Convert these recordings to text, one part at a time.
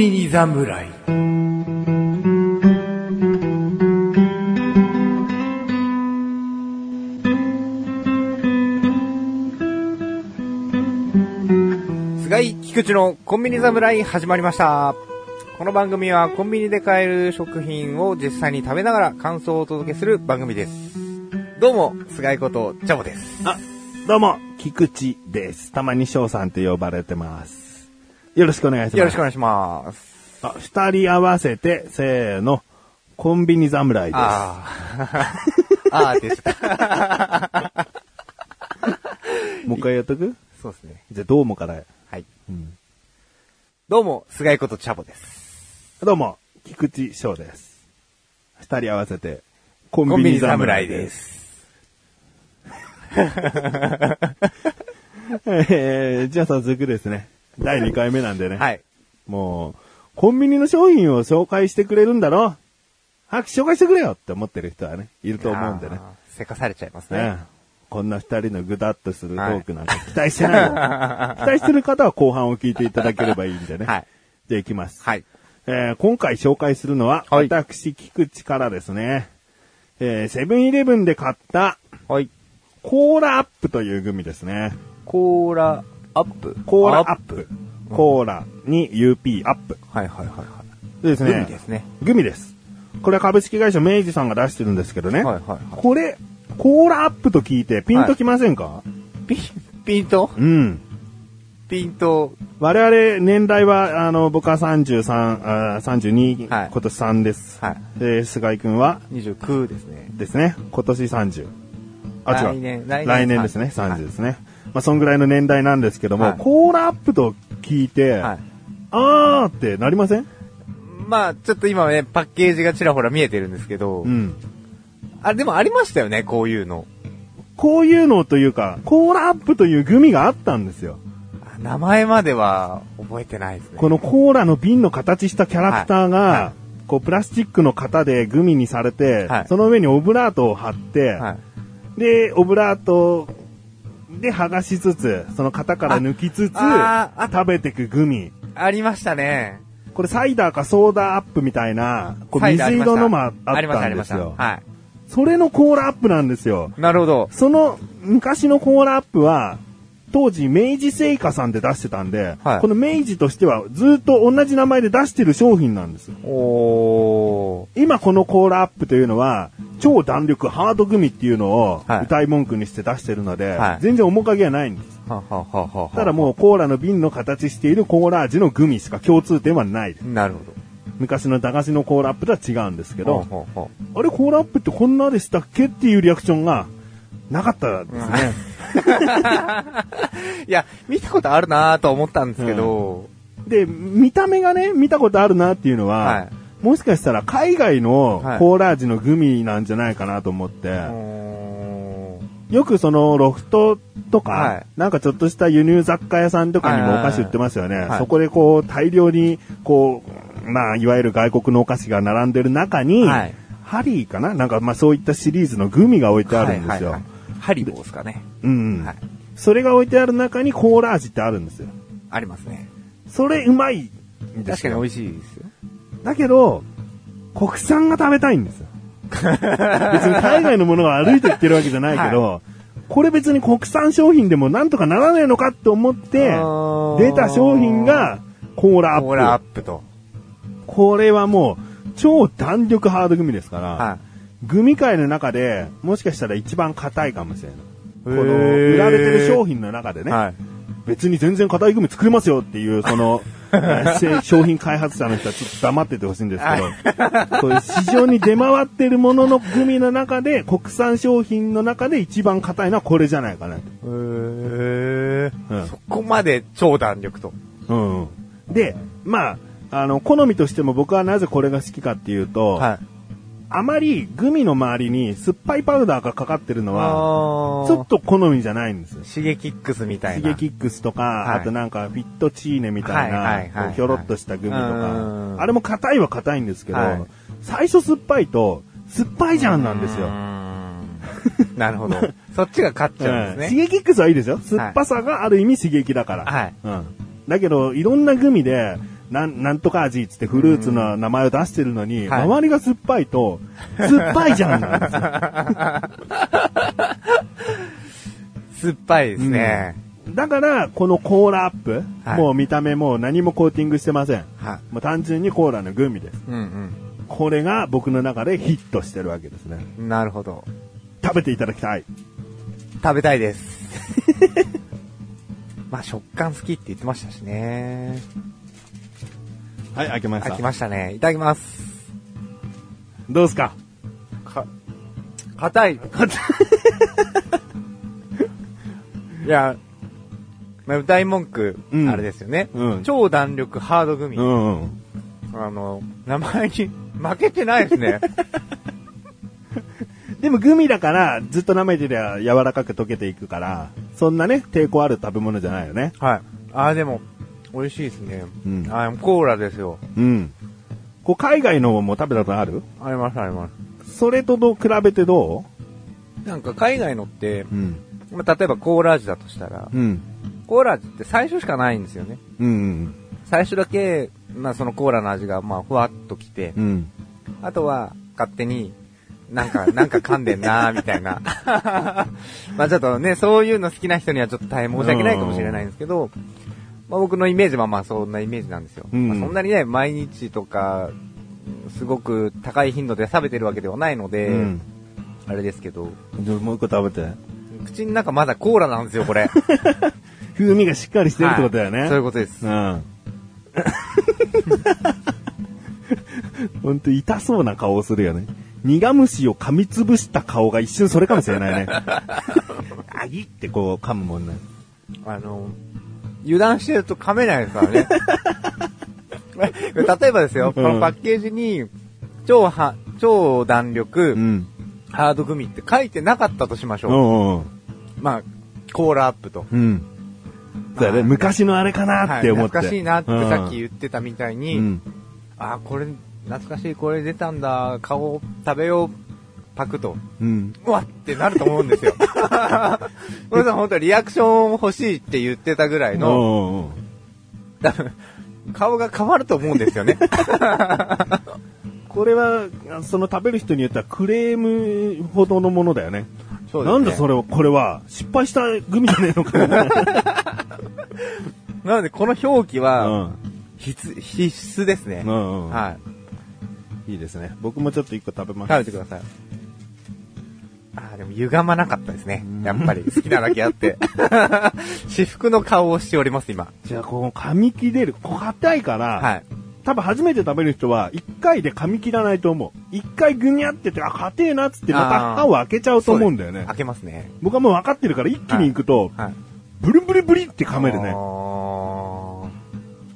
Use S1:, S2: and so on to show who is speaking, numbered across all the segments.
S1: 侍
S2: 菅井菊池のコンビニ侍始まりました。この番組はコンビニで買える食品を実際に食べながら感想をお届けする番組です。どうも、菅井こと、ジャボです。
S3: あ、どうも、菊池です。たまに翔さんって呼ばれてます。よろしくお願いします。
S2: よろしくお
S3: お
S2: 願
S3: 願い
S2: いします。
S3: します。二人合わせて、せーの、コンビニ侍です。
S2: あー。あーでした。
S3: もう一回やっとく
S2: そうですね。
S3: じゃあ、どうもから。
S2: はい。
S3: うん
S2: どうも、菅井こと、チャボです。
S3: どうも、菊池翔です。二人合わせて、コ
S2: コ
S3: ン
S2: ンビ
S3: ビ
S2: ニ
S3: ニ侍
S2: 侍で
S3: です。
S2: す。
S3: え ー、じゃあ早速ですね。第2回目なんでね。
S2: はい。
S3: もう、コンビニの商品を紹介してくれるんだろ早く紹介してくれよって思ってる人はね、いると思うんでね。
S2: あー。せかされちゃいますね
S3: ね。こんな二人のぐだっとするトークなんか期待してない よ。期待してる方は後半を聞いていただければいいんでね。
S2: はい
S3: じゃあ行きます。
S2: はい。
S3: えー今回紹介するのは、
S2: はい
S3: 私、菊池からですね。えーセブンイレブンで買った、
S2: はい。
S3: コーラアップというグミですね。
S2: コーラアップ。
S3: コーラアップ。コーラに UP アップ。
S2: はいはいはいは
S3: でですね。
S2: グミですね。
S3: グミです。これは株式会社明治さんが出してるんですけどね。
S2: はいはいはい
S3: これ、コーラアップと聞いてピンときませんか、
S2: い。ピン、ピンと
S3: うん。
S2: ピンと、
S3: 我々年代は、あの、僕は33、あー32、
S2: はい
S3: 今年3です。
S2: はい。
S3: で、菅井くんは
S2: 29ですね。
S3: ですね、今年30。あ、違う。
S2: 来年来年
S3: ですね、
S2: はい
S3: 30ですね。まあ、そんぐらいの年代なんですけども、
S2: はい
S3: コーラアップと聞いて、
S2: はい。
S3: あーってなりません
S2: まあ、ちょっと今ね、パッケージがちらほら見えてるんですけど、
S3: うん。
S2: あ、でもありましたよね、こういうの。
S3: こういうのというか、コーラアップというグミがあったんですよ。
S2: あ名前までは覚えてないですね。
S3: このコーラの瓶の形したキャラクターが、
S2: はいは
S3: こうプラスチックの型でグミにされて、
S2: はい
S3: その上にオブラートを貼って、
S2: はい。
S3: で、オブラートで剥がしつつ、その型から抜きつつ、
S2: あああ
S3: 食べてくグミ。
S2: ありましたね。
S3: これサイダーかソーダアップみたいな、こう
S2: サイ
S3: 水
S2: ダーありました
S3: 色のもああ
S2: あ
S3: っ
S2: りました、
S3: た
S2: あ
S3: ん
S2: り
S3: で
S2: まし
S3: す
S2: た。
S3: よ。
S2: は
S3: それのコーラアップなんですよ。
S2: い。なるほど。
S3: その昔のコーラアップは、当時明治製菓さんで出してたんで、
S2: はい
S3: この明治としてはずっと同じ名前で出してる商品なんですよ。
S2: おー。
S3: 今このコーラアップというのは、超弾力ハードグミっていうのを
S2: はい
S3: 歌い文句にして出してるので、
S2: はい
S3: 全然面影はないんです。
S2: ははははは
S3: ただもうコーラの瓶の形しているコーラ味のグミしか共通点はないです。
S2: なるほど。
S3: 昔の駄菓子のコーラアップとは違うんですけど、
S2: ほうほう ほ
S3: あれコーラアップってこんなでしたっけっていうリアクションがなかったですね。
S2: ういや、見たことあるなぁと思ったんですけど、
S3: で、見た目がね、見たことあるなっていうのは、
S2: はい
S3: もしかしたら海外の
S2: はい
S3: コーラ味のグミなんじゃないかなと思って、
S2: うーん
S3: よくそのロフトとか、
S2: はい
S3: なんかちょっとした輸入雑貨屋さんとかにも
S2: はい
S3: お菓子売ってますよね。
S2: はい
S3: そこでこう大量に、こう、まあ、いわゆる外国のお菓子が並んでる中に、
S2: はい
S3: ハリーかななんかまあそういったシリーズのグミが置いてあるんですよ。
S2: はいはいはいハリボーですかね。
S3: うん、
S2: はい
S3: それが置いてある中にコーラ味ってあるんですよ。
S2: ありますね。
S3: それうまいんです
S2: 確
S3: よ
S2: かに美味しいですよ。
S3: だけど、国産が食べたいん ですよ。別に海外のものが悪いと言ってるわけじゃないけど、これ別に国産商品でもなんとかならないのかって思って
S2: あー、
S3: 出た商品がコーラアップ。
S2: オーラアップと。
S3: これはもう、超弾力ハードグミですから、
S2: はい。
S3: グミ界の中でもしかしたら一番硬いかもしれない。この
S2: へー
S3: 売られてる商品の中でね、
S2: はい。
S3: 別に全然硬いグミ作れますよっていう、その、 えー商品開発者の人はちょっと黙っててほしいんですけど、そういう市場に出回ってるもののグミの中で、国産商品の中で一番硬いのはこれじゃないかなと。
S2: へー
S3: うん
S2: そこまで超弾力と。
S3: うんうん。で、まあ、あの、好みとしても僕はなぜこれが好きかっていうと、
S2: はい。
S3: あまりグミの周りに酸っぱいパウダーがかかってるのは、ちょっ
S2: と、
S3: と好みじゃないんですよ。
S2: シゲキックスみた
S3: シ
S2: いな。
S3: ゲキックスとか、
S2: はい
S3: あとなんかフィットチーネみたい
S2: はいはいはい
S3: な、
S2: はい
S3: こうひょろっとしたグミと
S2: う
S3: か、
S2: ん
S3: あれも硬いは硬いんですけど、
S2: はい
S3: 最初酸っぱいと、酸っぱいじゃんなんですよ。
S2: よ。なるほど。 そっちが勝っちゃうんです
S3: シ
S2: ね。
S3: ゲキックスはいいですよ。酸っぱさがある意味刺激だから。
S2: はい
S3: うんだけど、いろんなグミで、なん、なんとか味っつってフルーツの名前を出してるのに、
S2: はい
S3: 周りが酸っぱいと、酸っぱいじゃんなんですよ
S2: 酸っぱいですね。
S3: だから、このコーラアップ、
S2: はい
S3: もう見た目も何もコーティングしてません。
S2: はい。
S3: もう単純にコーラのグミです。
S2: うん
S3: これが僕の中でヒットしてるわけですね。
S2: うん。なるほど。
S3: 食べていただきたい。
S2: 食べたいです。 まあ食感好きって言ってましたしね。
S3: はい、開けまし
S2: あ、来
S3: た。
S2: ましたね。いただきます。
S3: どうですか
S2: か、硬 い。
S3: 硬い
S2: いや、まあ、歌い文句、
S3: うん
S2: あれですよね、
S3: うん
S2: 超弾力ハードグミ。
S3: うんうん。
S2: あの、名前に負けてないですね。
S3: でもグミだから、ずっと舐めてりゃ柔らかく溶けていくから、そんなね、抵抗ある食べ物じゃないよね。
S2: はい。あー、でも、美味しいですね。
S3: うん
S2: あーコーラですよ。
S3: うん。こう、海外のも食べたことある
S2: ありますあります。
S3: それとどう比べてど
S2: なんか海外のって、
S3: ううん。
S2: まあ、例えばコーラ味だとしたら、
S3: うん。
S2: コーラ味って最初しかないんですよね。
S3: うん。
S2: 最初だけ、まあそのコーラの味がまあふわっときて、
S3: うん。
S2: あとは勝手に、なんか、なんか噛んでんなーみたいな。 まあちょっとね、そういうの好きな人にはちょっと大変申し訳ないかもしれないんですけど、まあ僕のイメージはまあそんなイメージなんですよ。
S3: うん
S2: まあそんなにね、毎日とか、すごく高い頻度で食べてるわけではないので、
S3: うん。
S2: あれですけど、
S3: じゃあもう一個食べて。
S2: 口の中まだコーラなんですよ、こ れ。
S3: 風味がしっかりしてるってことだよね。
S2: はいそういうことです。
S3: うん。ほんと痛そうな顔をするよね。苦虫を噛みつぶした顔が一瞬それかもしれないね。あぎってこう噛むもんね。
S2: あの、油断してると噛めないですからね。 例えばですよ、このパッケージに、超は、超弾力、
S3: うん。
S2: ハードグミって書いてなかったとしまし
S3: う
S2: ょう。
S3: んうん
S2: まあ、コーラアップと。
S3: うん。うん。そうだね。
S2: あー
S3: 昔のあれかなって思って。
S2: 懐かしいなってさっき言ってたみたい
S3: うん
S2: に、
S3: うん。
S2: あー、これ、懐かしい、これ出たんだ、顔、食べよう、パクと。
S3: うん。
S2: うわってなると思うん ですよ。これさん本当はリアクション欲しいって言ってたぐらいの、
S3: うんうん
S2: 多分顔が変わると思うんですよね。
S3: これは、あその食べる人によってはクレームほどのものだよね。
S2: そうですね
S3: なんだそれを、これは、失敗したグミじゃねえのかな。
S2: なので、この表記
S3: う
S2: は
S3: ん
S2: 必、必須ですね。
S3: うんうん
S2: はい
S3: いですね。僕もちょっと一個食べま
S2: い。
S3: す。
S2: 食べてください。あーでも歪まなかったですね。やっぱり、好きなだけあって。 至福の顔をしております、今。
S3: じゃあ、この噛み切れる。こう硬いから、
S2: はい。
S3: 多分初めて食べる人は、一回で噛み切らないと思う。一回ぐにゃってて、あ、硬えなっつって、また
S2: あー
S3: 歯を開けちゃうと思うんだよね。
S2: 開けますね。
S3: 僕はもう分かってるから、一気に行くと、
S2: はい。
S3: ブリブリブリって噛める
S2: あ
S3: ね。
S2: ー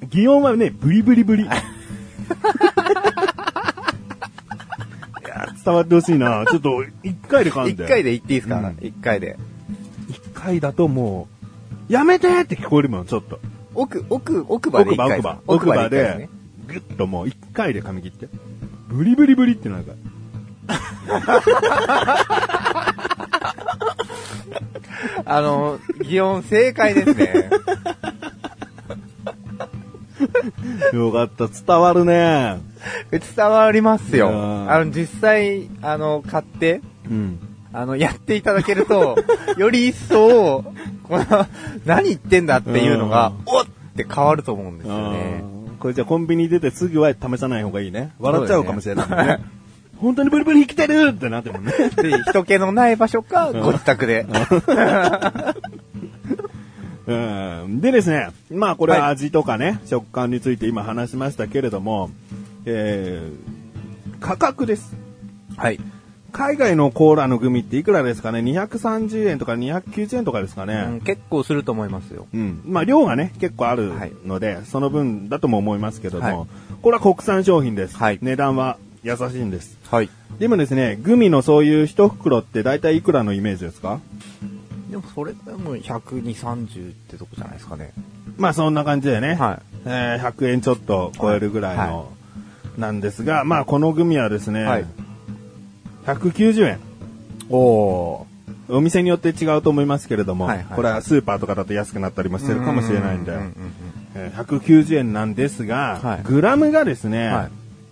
S3: 擬音はね、ブリブ リブリ。いやー伝わってほしいな。ちょっと、一回で噛ん
S2: 一
S3: で。
S2: 回で言っていいです
S3: う
S2: か
S3: ん
S2: 一回で。
S3: 一回だともう、やめてって聞こえるもん、ちょっと。
S2: 奥、奥、奥歯で
S3: 奥
S2: 一
S3: 歯、
S2: 回
S3: 奥
S2: です
S3: 歯。奥歯
S2: 一回
S3: で、ぐっともう一回で噛み切って。ブリブリブリってなんか。
S2: すねあの、擬音正解です ね。
S3: よかった、伝わるね。
S2: 伝わりますよ。
S3: いやー
S2: あの、実際、あの、買って、
S3: うん。
S2: あの、やっていただける と、より一層、この、何言ってんだっていうのが、おっって変わると思うんですよね。
S3: あーこれじゃあコンビニ出てすぐは試さない方がいいね。笑っちゃうかもしれないもんね。本当にブリブリ来てるってなってもんね。
S2: で、人気のない場所か、ご自宅で。
S3: うんでですね、まあこれは味とかね、食感について今話しましたけれども、えー、価格です。
S2: はい。
S3: 海外のコーラのグミっていくらですかね ?230 円とか290円とかですか
S2: うん
S3: ね。
S2: 結構すると思いますよ。
S3: うん。まあ量がね、結構ある
S2: はい
S3: ので、その分だとも思いますけども、
S2: は
S3: これは国産商品です。
S2: はい
S3: 値段は優しいんです。
S2: はい。
S3: でもですね、グミのそういう一袋って大体いくらのイメージですか
S2: でも、それでも100、30ってとこじゃないですかね。
S3: まあそんな感じでね、
S2: は
S3: えー100円ちょっと超えるぐらいのなんですが、まあこのグミはですね、
S2: はい
S3: 190円。
S2: おお。
S3: お店によって違うと思いますけれども、
S2: はいはい
S3: これはスーパーとかだと安くなったりもしてるかもしれないんで、
S2: うううん
S3: えー190円なんですが、
S2: はい
S3: グラムがですね、
S2: はい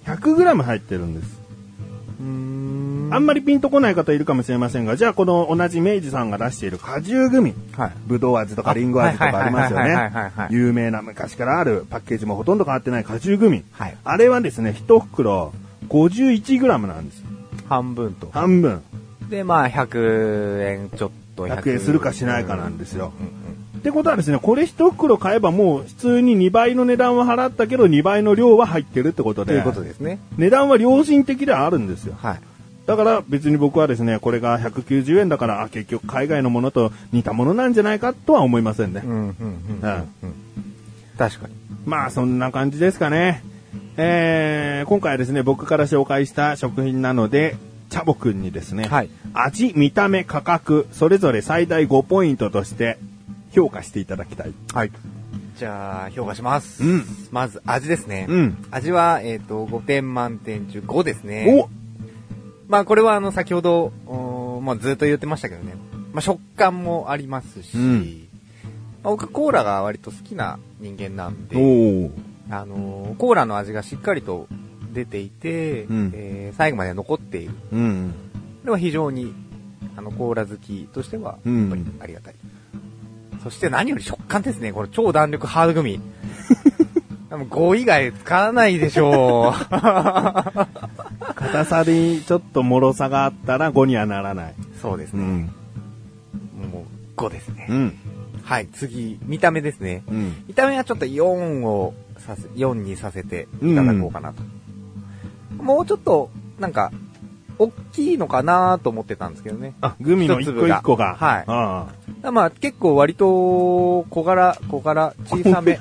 S3: 100グラム入ってるんです。
S2: うーん。
S3: あんまりピンとこない方いるかもしれませんが、じゃあこの同じ明治さんが出している果汁グミ。
S2: はい。
S3: ぶどう味とかリンゴ味とかありますよ
S2: はいはいはいはいはいはい。
S3: ね有名な昔からあるパッケージもほとんど変わってない果汁グミ。
S2: はい
S3: あれはですね、一袋 51g なんですよ。
S2: 半分と。
S3: 半分。
S2: で、まあ、100円ちょっと。
S3: 100円するかしないかなんですよ。
S2: うんうん。
S3: ってことはですね、これ一袋買えばもう普通に2倍の値段は払ったけど2倍の量は入ってるってこと
S2: と
S3: で。
S2: いうことですね。
S3: 値段は良心的ではあるんですよ。
S2: はい。
S3: だから別に僕はですね、これが190円だから、あ、結局海外のものと似たものなんじゃないかとは思いませんね。
S2: うん、うん、うん。
S3: うん
S2: 確かに。
S3: まあそんな感じですかね。えー、今回はですね、僕から紹介した食品なので、チャボくんにですね、
S2: はい
S3: 味、見た目、価格、それぞれ最大5ポイントとして評価していただきたい。
S2: はい。じゃあ、評価します。
S3: うん
S2: まず、味ですね。
S3: うん
S2: 味は、えっ、と、5点満点中5ですね。
S3: お
S2: まあこれはあの先ほど、おーまあずっと言ってましたけどね。まあ食感もありますし、
S3: うん
S2: まあ僕コーラが割と好きな人間なん
S3: お
S2: で、
S3: ー
S2: あのーコーラの味がしっかりと出ていて、
S3: うん
S2: えー最後まで残っている。
S3: うん。
S2: これは非常に、あの、コーラ好きとしては、
S3: うん
S2: やっぱりありがたい。そして何より食感ですね。この超弾力ハードグ ミ。でも5以外使わないでしょう。
S3: 硬さにちょっと脆さがあったら5にはならない。
S2: そうです
S3: う
S2: ね。
S3: ん。
S2: もう5ですね。
S3: うん。
S2: はい、次、見た目ですね。
S3: うん。
S2: 見た目はちょっと4をさせ、4にさせていただこうかなと。もうちょっと、なんか、大きいのかなと思ってたんですけどね。
S3: あ、グミの
S2: 一
S3: 一
S2: 粒
S3: 個
S2: が
S3: 一個が。
S2: はい
S3: ああ
S2: まあ結構割と、小柄、小柄、小さめ、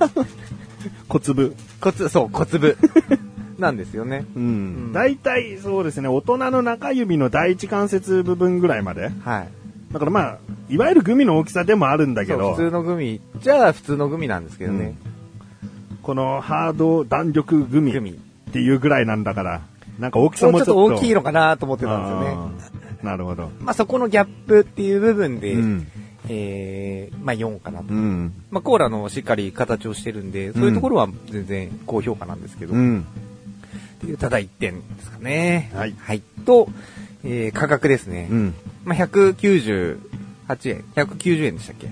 S3: 小粒。
S2: 小つ、そう、小粒。 なんですよね。
S3: う
S2: うん
S3: ん。大体、そうですね、大人の中指の第一関節部分ぐらいまで。
S2: はい。
S3: だからまあ、いわゆるグミの大きさでもあるんだけ
S2: そう
S3: ど、
S2: 普通のグミ、じゃあ普通のグミなんですけどね。
S3: このハード弾力グミ
S2: グ
S3: っ
S2: ミ。
S3: ていうぐらいなんだから、なんか大きさ
S2: もう
S3: も
S2: ち
S3: ち
S2: ょ
S3: ょ
S2: っ
S3: っと。
S2: と大きいのかなと思ってたんですよね。
S3: あーなるほど。
S2: まあそこのギャップっていう部分で、
S3: うん。
S2: えー、まあ4かなと
S3: うん。
S2: まあ、コーラのしっかり形をしてるんで、そういうところは全然高評価なんですけど、
S3: うん。
S2: っていうただ1点ですかね。
S3: はい
S2: と、えー、価格ですね。
S3: うん。
S2: まあ、198円、190円でしたっけ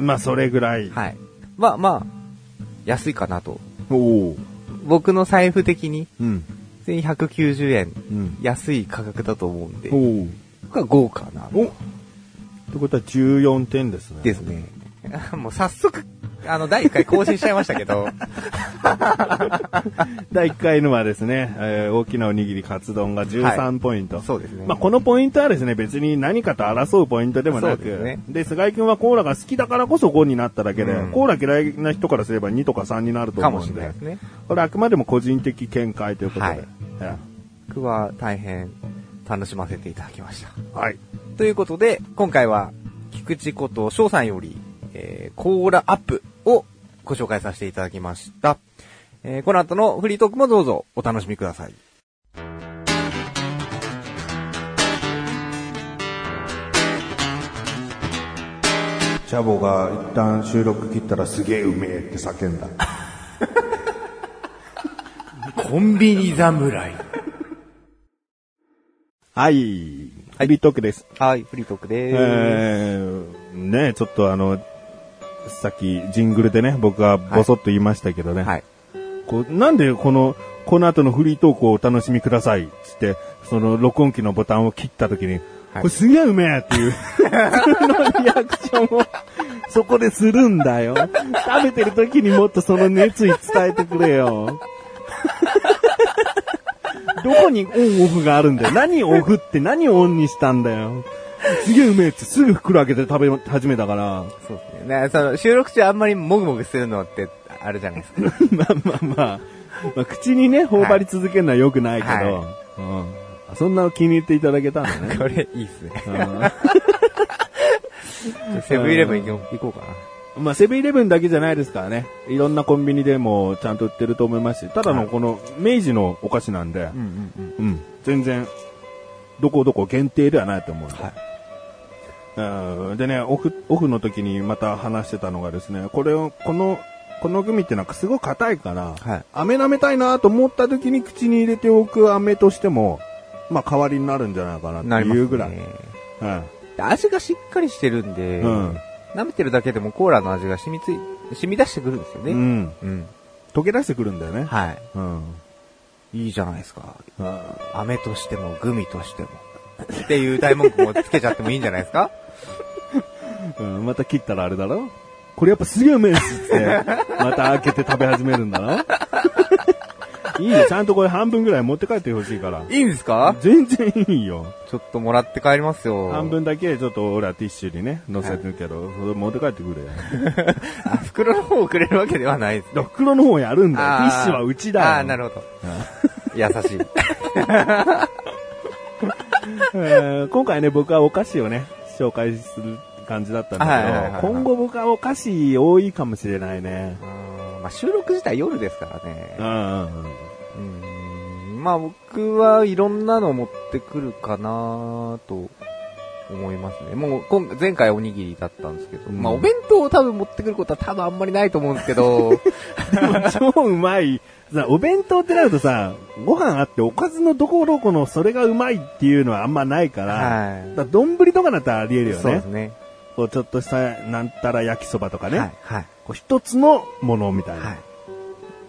S3: まあ、それぐらい。
S2: はい。まあまあ、安いかなと。
S3: おお。
S2: 僕の財布的に、
S3: うん。
S2: 全員190円、
S3: うん。
S2: 安い価格だと思うんで、
S3: お
S2: こ
S3: お。
S2: れは豪華な。
S3: おってことは14点ですね。
S2: ですね。 もう早速、あの、第1回更新しちゃいましたけ ど、
S3: 第1回のはですね、えー大きなおにぎりカツ丼が13ポイント。
S2: そうですね。
S3: まあ、このポイントはですね、別に何かと争うポイントでもな
S2: そ
S3: く、
S2: うです
S3: で
S2: ね
S3: 菅井君はコーラが好きだからこそ5になっただけで、
S2: うん
S3: コーラ嫌いな人からすれば2とか3になると
S2: か
S3: 思
S2: も
S3: う
S2: し
S3: ん
S2: れ
S3: で、
S2: ないですね。
S3: これあくまでも個人的見解ということで、
S2: はい
S3: え
S2: 僕は大変楽しませていただきました。
S3: えはい
S2: ということで、今回は菊池こと翔さんより、えー、コーラアップをご紹介させていただきました。えー、この後のフリートークもどうぞお楽しみください。
S3: チャボが一旦収録切ったらすげえうめえって叫んだ。
S2: コンビニ侍。
S3: はい。ハイビートークです。
S2: はい、フリートークでーす。
S3: えー、ねちょっとあの、さっきジングルでね、僕がボソッと言いましたけどね、
S2: はい。
S3: こうなんでこの、この後のフリートークをお楽しみくださいっつって、その録音機のボタンを切った時に、
S2: はい
S3: これすげえうめえっていう、普通のリアクションを、そこでするんだよ。食べてる時にもっとその熱意伝えてくれよ。どこにオンオフがあるんだよ。何オフって何オンにしたんだよ。すげえうめえってすぐ袋開けて食べ始めたから。
S2: そうですね。ねその収録中あんまりもぐもぐするのってあるじゃないですか。
S3: まあまあまあ、まあ、口にね、頬張り続けるのは良くないけど、
S2: は
S3: うん、そんな気に入っていただけたんだね。
S2: これいいっすね。
S3: う
S2: セブンイレブン行こう行こうかな。
S3: んまあ、セブンイレブンだけじゃないですからね。いろんなコンビニでもちゃんと売ってると思いますし、ただ
S2: は
S3: の
S2: い
S3: この明治のお菓子なんで
S2: う、んうんうん。
S3: うん、全然、どこどこ限定ではないと思うんで。
S2: はい
S3: うんでね、オフ、オフの時にまた話してたのがですね、これを、このこのグミってのはすごく硬いから、
S2: はい
S3: 飴舐めたいなと思った時に口に入れておく飴としても、まあ代わりになるんじゃないかな
S2: な
S3: っ
S2: りま
S3: てい
S2: す
S3: うぐらい。
S2: ね。
S3: うん
S2: で味がしっかりしてるんで、
S3: うん
S2: 舐めてるだけでもコーラの味が染みつい、染み出してくるんですよ
S3: う
S2: ね。
S3: ん。
S2: うん。
S3: 溶け出してくるんだよね。
S2: はい。
S3: うん。
S2: いいじゃないですか。
S3: あ
S2: 飴としても、グミとしても。っていう大文句もつけちゃってもいいんじゃないですか
S3: ーうん、また切ったらあれだろこれやっぱすげえうめえっすって、 また開けて食べ始めるんだろいいよ、ちゃんとこれ半分ぐらい持って帰ってほしいから。
S2: いいんですか
S3: 全然いいよ。
S2: ちょっともらって帰りますよ。
S3: 半。分だけちょっと俺はティッシュにね、乗せてるけど、それ持って帰ってくれよ。
S2: あ、袋の方をくれるわけではないです。
S3: だから袋の方やるんだよ。
S2: あー
S3: ティッシュはうちだよ。
S2: ああ、なるほど。優しい。
S3: えー今回ね、僕はお菓子をね、紹介する感じだったん
S2: はいはいはい
S3: だ
S2: はい
S3: けど、今後僕はお菓子多いかもしれないね。
S2: うんまあ、収録自体夜ですから
S3: う
S2: ね。
S3: んうんうん。
S2: うん。まあ僕はいろんなの持ってくるかなと思いますね。もう今前回おにぎりだったんですけど、
S3: うん
S2: まあお弁当を多分持ってくることは多分あんまりないと思うんですけ ど、
S3: 超うまい。さ、お弁当ってなるとさ、ご飯あっておかずのどこどこのそれがうまいっていうのはあんまないから、
S2: はい
S3: だから丼とかだったらありえるよ
S2: そうで
S3: ね
S2: す。ね。
S3: こうちょっとした、なんたら焼きそばとかね、
S2: はい。はい。
S3: こう一つのものみたいな。
S2: はい。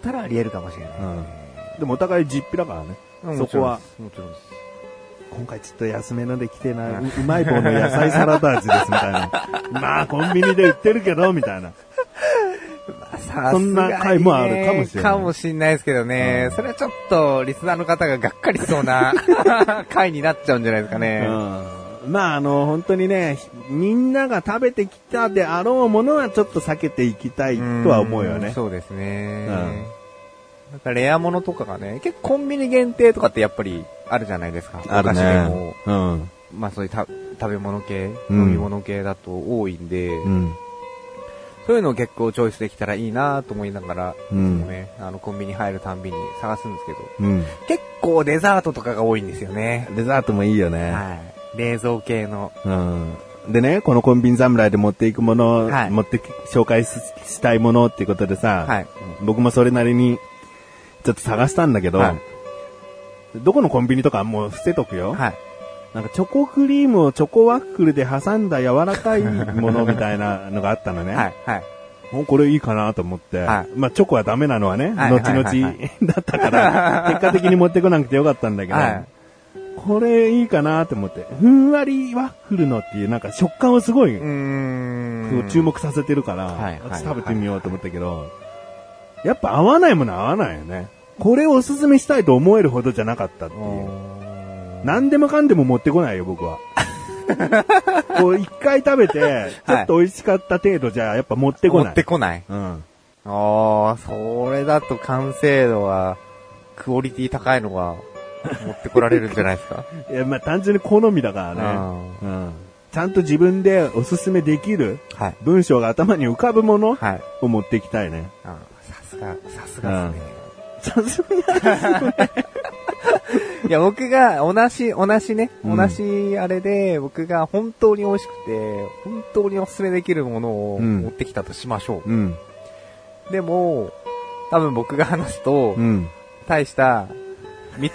S2: たらあり得るかもしれないですね。
S3: でもお互い実費だからね。
S2: うん
S3: そこは。
S2: もちろんです。
S3: 今回ちょっと安めので来てな、ううまい棒の野菜サラダ味ですみたい な。まあコンビニで売ってるけど、みたいな。
S2: もちろんですまあ
S3: そんな回もあるかもしれない
S2: さすがにねかもしれないですけどね、
S3: うん
S2: それはちょっと、リスナーの方ががっかりしそうな 回になっちゃうんじゃないですかね。
S3: うんまああの、本当にね、みんなが食べてきたであろうものはちょっと避けていきたいとは思うよ
S2: ん
S3: ね。
S2: そうですね。
S3: うん
S2: なんかレアものとかがね、結構コンビニ限定とかってやっぱりあるじゃないですか。お菓子でも、
S3: うん。
S2: まあそういうた食べ物系、
S3: うん
S2: 飲み物系だと多いんで、
S3: うん。
S2: そういうのを結構チョイスできたらいいなと思いながら、
S3: う
S2: いつも
S3: ん。
S2: ね、あのコンビニ入るたんびに探すんですけど、
S3: うん。
S2: 結構デザートとかが多いんですよね。
S3: デザートもいいよね。
S2: はい。冷蔵系の。
S3: うん。でね、このコンビニ侍で持っていくもの、
S2: はい
S3: 持ってき紹介ししたいものっていうことでさ、
S2: はい。
S3: 僕もそれなりに、ちょっと探したんだけど、
S2: はい
S3: どこのコンビニとかもう伏せとくよ。
S2: はい。
S3: なんかチョコクリームをチョコワッフルで挟んだ柔らかいものみたいなのがあったのね。
S2: はい。はい。
S3: もうこれいいかなと思って。
S2: はい
S3: まあチョコはダメなのはね、
S2: はい
S3: 後々
S2: はいはいは
S3: だっ たから、結果的に持ってこなくてよかったんだけど、
S2: はい
S3: これいいかなと思って。ふんわりワッフルのっていうなんか食感をすごい、
S2: うーん。
S3: 注目させてるから、
S2: はいはい
S3: ちょっと食べてみようと思ったけど、やっぱ合わないものは合わないよね。これをおすすめしたいと思えるほどじゃなかったっていう。
S2: う
S3: 何でもかんでも持ってこないよ、僕 は。こう一回食べて、ちょっと美味しかった程度じゃ、やっぱ持ってこ
S2: 持
S3: な
S2: って
S3: い。
S2: こない。
S3: うん。
S2: ああ、それだと完成度は、クオリティ高いの が、持ってこられるんじゃないですか。
S3: いや、まあ単純に好みだからね。うん。ちゃんと自分でおすすめできる
S2: はい。
S3: 文章が頭に浮かぶもの
S2: はい。
S3: を持っていきたいね。
S2: あーさすが、さすがですね。
S3: さすがに
S2: いや、僕が、同じ、同じね、
S3: うん
S2: 同じあれで、僕が本当に美味しくて、本当におすすめできるものを
S3: うん
S2: 持ってきたとしましょう。
S3: うん。
S2: でも、多分僕が話すと、
S3: うん。
S2: 大した、密、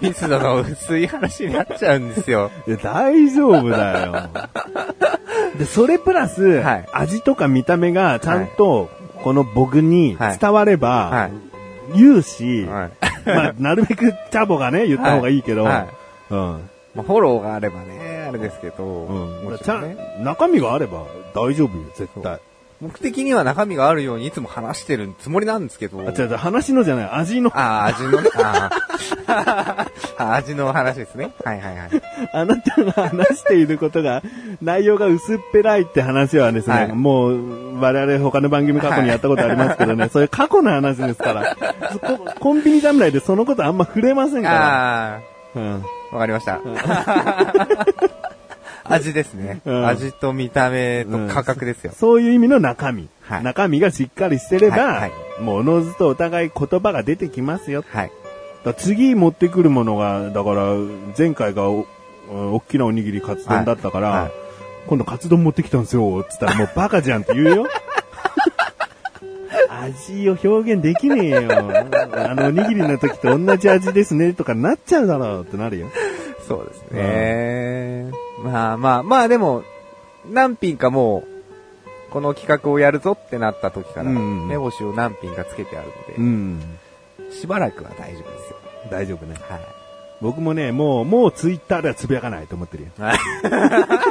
S2: 密度の薄い話になっちゃうんです よ。
S3: いや、大丈夫 だよ。で、それプラス、
S2: はい
S3: 味とか見た目がちゃんと、この僕に
S2: はい
S3: 伝われば、
S2: はい
S3: 言うし、
S2: はい。
S3: まあ、なるべくチャボがね、言った方がいいけど、
S2: はい
S3: うん。
S2: まあ、フォローがあればね、あれですけど、
S3: うん。
S2: も
S3: だ
S2: ち
S3: か
S2: ろ
S3: ら
S2: ん
S3: ち
S2: ね。
S3: ゃん中身があれば大丈夫よ、絶対。
S2: 目的には中身があるようにいつも話してるつもりなんですけど。
S3: あ、違う違う、話のじゃない、味の、
S2: あー味のね、あー あー味の話ですね。はいはいはい。
S3: あなたが話していることが、内容が薄っぺらいって話はですね、
S2: はい
S3: もう、我々他の番組過去にやったことありますけど ね、そういう過去の話ですから、そこコンビニ侍でそのことあんま触れませんか
S2: あ
S3: ら。うん。
S2: あ、わかりました。 味ですね、
S3: うん
S2: 味と見た目と価格ですよ。
S3: そういう意味の中身。
S2: はい
S3: 中身がしっかりしてれば、
S2: はいは
S3: もうおのずとお互い言葉が出てきますよ。
S2: はい。
S3: だから次持ってくるものが、だから、前回がお、お大きなおにぎりカツ丼だったから、
S2: はいはい
S3: 今度カツ丼持ってきたんですよ、つったらもうバカじゃんって言うよ。 味を表現できねえよ。あの、おにぎりの時と同じ味ですねとかなっちゃうだろうってなるよ。
S2: そうですね。まあまあ、まあでも、何品かもう、この企画をやるぞってなった時から、
S3: うん
S2: 目星を何品かつけてある
S3: う
S2: ので、
S3: ん。
S2: しばらくは大丈夫ですよ。
S3: 大丈夫ね。
S2: はい。
S3: 僕もね、もう、もうツイッターではつぶやかないと思ってるよ。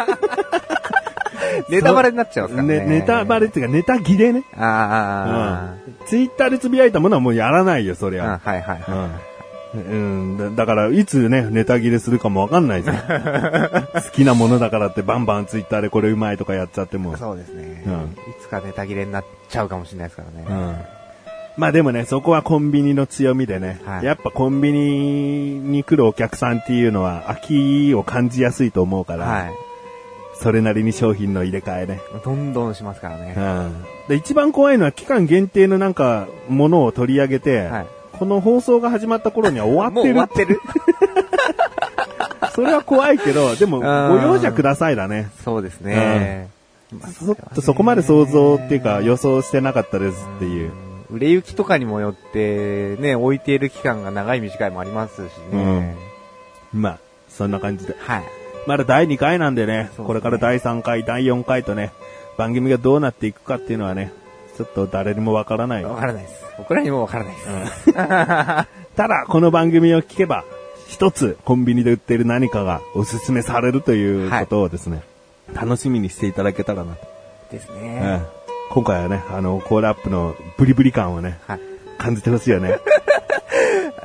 S2: ネタバレになっちゃうんですからね。
S3: ね、ネタバレっていうか、ネタ切れね。
S2: ああ、
S3: ツイッターでつぶやいたものはもうやらないよ、そり
S2: あ
S3: ゃ。
S2: はいはいはい。
S3: うん。だだから、いつね、ネタ切れするかもわかんない じゃん。好きなものだからってバンバンツイッターでこれうまいとかやっちゃっても。
S2: そうですね、
S3: うん
S2: いつかネタ切れになっちゃうかもしれないですからね。
S3: うんまあでもね、そこはコンビニの強みでね、
S2: はい
S3: やっぱコンビニに来るお客さんっていうのは飽きを感じやすいと思うから、
S2: はい。
S3: それなりに商品の入れ替えね。
S2: どんどんしますからね。
S3: うん、で一番怖いのは期間限定のなんかものを取り上げて、
S2: はい
S3: この放送が始まった頃には終わっ
S2: もう
S3: て
S2: 終
S3: る
S2: わってる。
S3: それは怖いけど、でも
S2: ん
S3: ご容赦くださいだね。
S2: そうですね。まあ
S3: ちょっとそこまで想像っていうか予想してなかったですっていう。
S2: 売れ行きとかにもよって、ね、置いている期間が長い短いもありますしね。
S3: まあ、そんな感じで。
S2: はい。
S3: まだ第2回なんでね、
S2: そうですね
S3: これから第3回、第4回とね、番組がどうなっていくかっていうのはね、ちょっと誰にもわからない。
S2: わからないです。僕らにもわからないです。
S3: ただ、この番組を聞けば、一つコンビニで売っている何かがおすすめされるということをですね、楽しみにしていただけたらなと。
S2: です
S3: うん
S2: ね。
S3: 今回はね、あの、コールアップのブリブリ感をね、
S2: はい。
S3: 感じてほしい よね。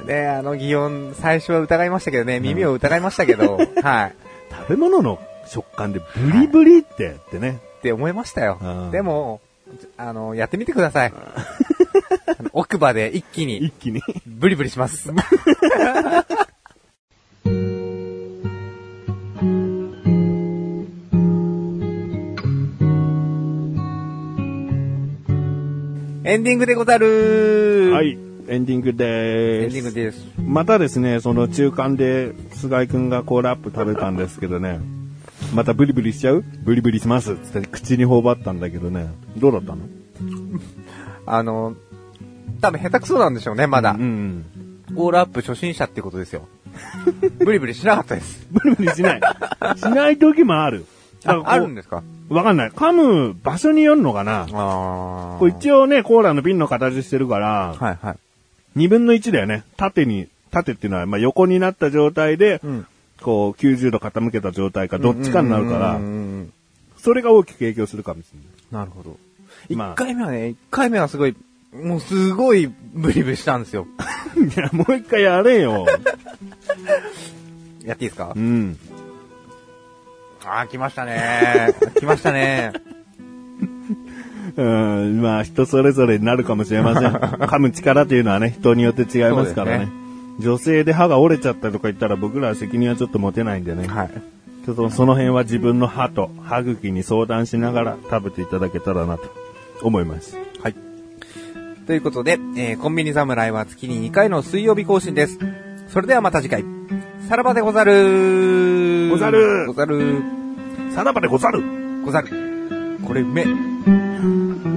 S2: ねあの擬音、最初は疑いましたけどね、耳を疑いましたけ ど、はい。
S3: 食べ物の食感でブリブリってってね、
S2: って思いましたよ
S3: うん。
S2: でも、あの、やってみてくだ さい。あの奥歯で一気に
S3: 一気に。
S2: ブリブリします。 エンディングでござる
S3: はい、エンディングで
S2: エ
S3: ー
S2: ン
S3: す。
S2: ディングです。
S3: またですね、その中間で菅井くんがコールアップ食べたんですけどね、またブリブリしちゃうブリブリしますっつって口に頬張ったんだけどね、どうだったの
S2: あの、多分下手くそなんでしょうね、まだ
S3: う。ん。
S2: オールアップ初心者ってことですよ。ブリブリしなかった です。
S3: ブリブリしない。しない時もある。だから
S2: あ
S3: こう
S2: あるんですか
S3: わかんない。噛む場所によるのかな
S2: あ
S3: これ一応ね、コーラの瓶の形してるから、
S2: はいはい。
S3: 2分の1だよね。縦に、縦っていうのは、まあ、横になった状態で、
S2: ん
S3: こう、90度傾けた状態か、どっちかになるから、
S2: うんうんうんうん
S3: それが大きく影響するかもしれな
S2: な
S3: い。
S2: るほど。一
S3: まあ
S2: 回目はね、一回目はすごい、もうすごいブリブリしたんですよ。
S3: いや、もう一回やれよ。
S2: やっていいですか
S3: うん。
S2: ああ、来ましたね。来ましたね。
S3: うん、まあ、人それぞれになるかもしれま せん。噛む力というのはね、人によって違いますからね。
S2: そうですね
S3: 女性で歯が折れちゃったとか言ったら僕らは責任はちょっと持てないんでね。
S2: はい。
S3: ちょっとその辺は自分の歯と歯茎に相談しながら食べていただけたらなと思います。
S2: はい。ということで、えーコンビニ侍は月に2回の水曜日更新です。それではまた次回。さらばでござる
S3: ござる
S2: ござる
S3: さらばでござる
S2: ござるこれ、うめえ。